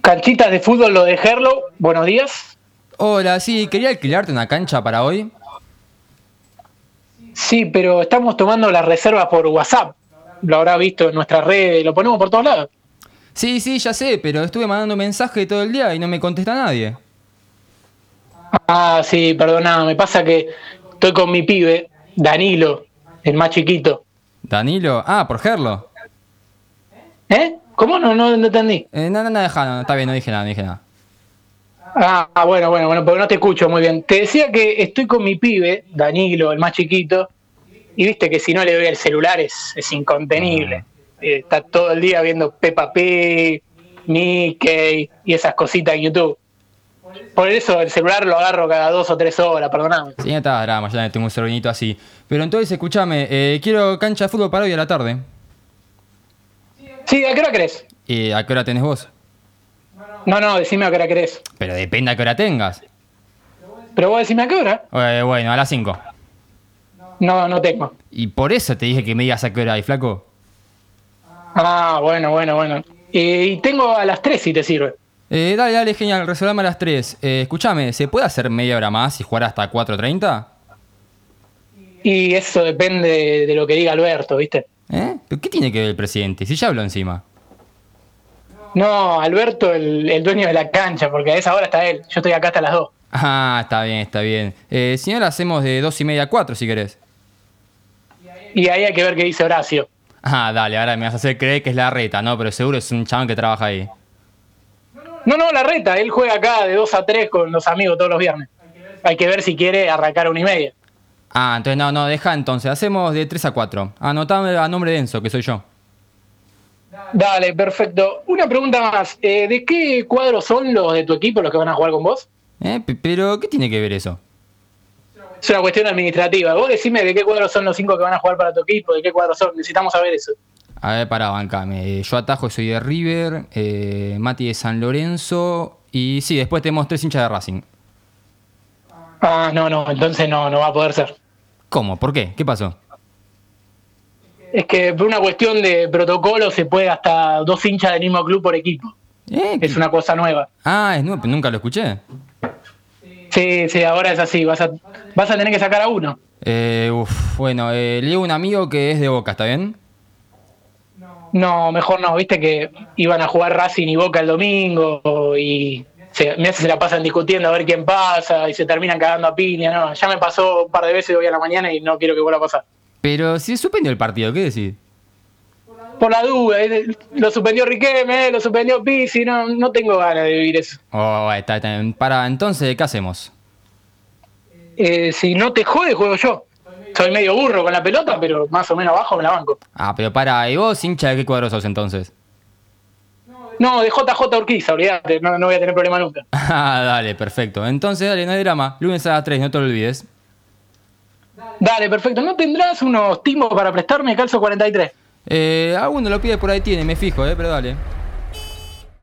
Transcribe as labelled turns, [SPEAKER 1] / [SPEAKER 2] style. [SPEAKER 1] Canchitas de fútbol, lo de Herlo. Buenos días.
[SPEAKER 2] Hola, sí, quería alquilarte una cancha para hoy.
[SPEAKER 1] Sí, pero estamos tomando las reservas por WhatsApp. Lo habrá visto en nuestras redes, lo ponemos por todos lados.
[SPEAKER 2] Sí, sí, ya sé, pero estuve mandando mensaje todo el día y no me contesta nadie.
[SPEAKER 1] Ah, sí, perdona, me pasa que estoy con mi pibe, Danilo, el más chiquito.
[SPEAKER 2] Danilo, ah, por Gerlo.
[SPEAKER 1] ¿Eh? ¿Cómo? No, no, no entendí.
[SPEAKER 2] Eh, no, no, no, deja, no, está bien, no dije nada, no dije nada.
[SPEAKER 1] Ah, ah, bueno, bueno, bueno, porque no te escucho muy bien. Te decía que estoy con mi pibe, Danilo, el más chiquito, y viste que si no le doy el celular es, es incontenible. Eh, Está todo el día viendo Peppa Pig, Mickey y esas cositas en YouTube. Por eso el celular lo agarro cada dos o tres horas, perdoname.
[SPEAKER 2] Sí, no está drama, ya tengo un sobrinito así. Pero entonces, escúchame, eh, quiero cancha de fútbol para hoy a la tarde.
[SPEAKER 1] Sí, ¿a qué hora crees?
[SPEAKER 2] Eh, ¿A qué hora tenés vos?
[SPEAKER 1] No, no, decime a qué hora crees.
[SPEAKER 2] Pero depende a qué hora tengas.
[SPEAKER 1] Pero vos decime a qué hora.
[SPEAKER 2] Eh, bueno, a las 5.
[SPEAKER 1] No, no tengo.
[SPEAKER 2] Y por eso te dije que me digas a qué hora hay, flaco.
[SPEAKER 1] Ah, bueno, bueno, bueno. Eh, y tengo a las tres si te sirve.
[SPEAKER 2] Eh, dale, dale, genial, resolvame a las 3. Eh, escúchame, ¿se puede hacer media hora más y jugar hasta 4.30?
[SPEAKER 1] Y eso depende de lo que diga Alberto, ¿viste?
[SPEAKER 2] ¿Eh? ¿Pero qué tiene que ver el presidente? Si ya habló encima.
[SPEAKER 1] No, Alberto, el, el dueño de la cancha, porque a esa hora está él. Yo estoy acá hasta las dos.
[SPEAKER 2] Ah, está bien, está bien. Eh, si no, la hacemos de 2 y media a 4 si querés.
[SPEAKER 1] Y ahí hay que ver qué dice Horacio.
[SPEAKER 2] Ah, dale, ahora me vas a hacer creer que es la reta, ¿no? Pero seguro es un chabón que trabaja ahí.
[SPEAKER 1] No, no, la reta. Él juega acá de 2 a 3 con los amigos todos los viernes. Hay que ver si quiere arrancar a una y media.
[SPEAKER 2] Ah, entonces no, no, deja entonces. Hacemos de 3 a 4. Anotame a nombre de Enzo, que soy yo.
[SPEAKER 1] Dale, perfecto. Una pregunta más. Eh, ¿De qué cuadros son los de tu equipo los que van a jugar con vos?
[SPEAKER 2] ¿Eh? P- ¿Pero qué tiene que ver eso?
[SPEAKER 1] Es una cuestión administrativa. Vos decime de qué cuadros son los cinco que van a jugar para tu equipo, de qué cuadros son. Necesitamos saber eso.
[SPEAKER 2] A ver, pará, bancame. Eh, Yo atajo, soy de River, eh, Mati de San Lorenzo. Y sí, después tenemos tres hinchas de Racing.
[SPEAKER 1] Ah, no, no, entonces no, no va a poder ser.
[SPEAKER 2] ¿Cómo? ¿Por qué? ¿Qué pasó?
[SPEAKER 1] Es que por una cuestión de protocolo se puede hasta dos hinchas del mismo club por equipo.
[SPEAKER 2] Eh,
[SPEAKER 1] Es una cosa nueva.
[SPEAKER 2] Ah, es nuevo, pero nunca lo escuché.
[SPEAKER 1] Sí, sí, ahora es así. Vas a, vas a tener que sacar a uno.
[SPEAKER 2] Eh, uf, bueno, eh, le digo a un amigo que es de Boca, ¿está bien?
[SPEAKER 1] No, mejor no. Viste que iban a jugar Racing y Boca el domingo y se, mirá si se la pasan discutiendo a ver quién pasa y se terminan cagando a piña. No, ya me pasó un par de veces hoy a la mañana y no quiero que vuelva a pasar.
[SPEAKER 2] Pero si suspendió el partido, ¿qué decís?
[SPEAKER 1] Por la duda, eh, lo suspendió Riquelme, eh, lo suspendió Pizzi, no, no tengo ganas de vivir eso.
[SPEAKER 2] Oh, está, está. Para, entonces, ¿qué hacemos?
[SPEAKER 1] Eh, si no te jode, juego yo. Soy medio burro con la pelota, pero más o menos abajo me la banco.
[SPEAKER 2] Ah, pero para, ¿y vos hincha de qué cuadro sos entonces?
[SPEAKER 1] No, de JJ Urquiza, olvídate, no, no voy a tener problema nunca.
[SPEAKER 2] Ah, dale, perfecto. Entonces, dale, no hay drama. Lunes a las 3, no te lo olvides.
[SPEAKER 1] Dale, perfecto. ¿No tendrás unos timos para prestarme calzo 43?
[SPEAKER 2] Eh, alguno lo pide por ahí tiene, me fijo, eh, pero dale.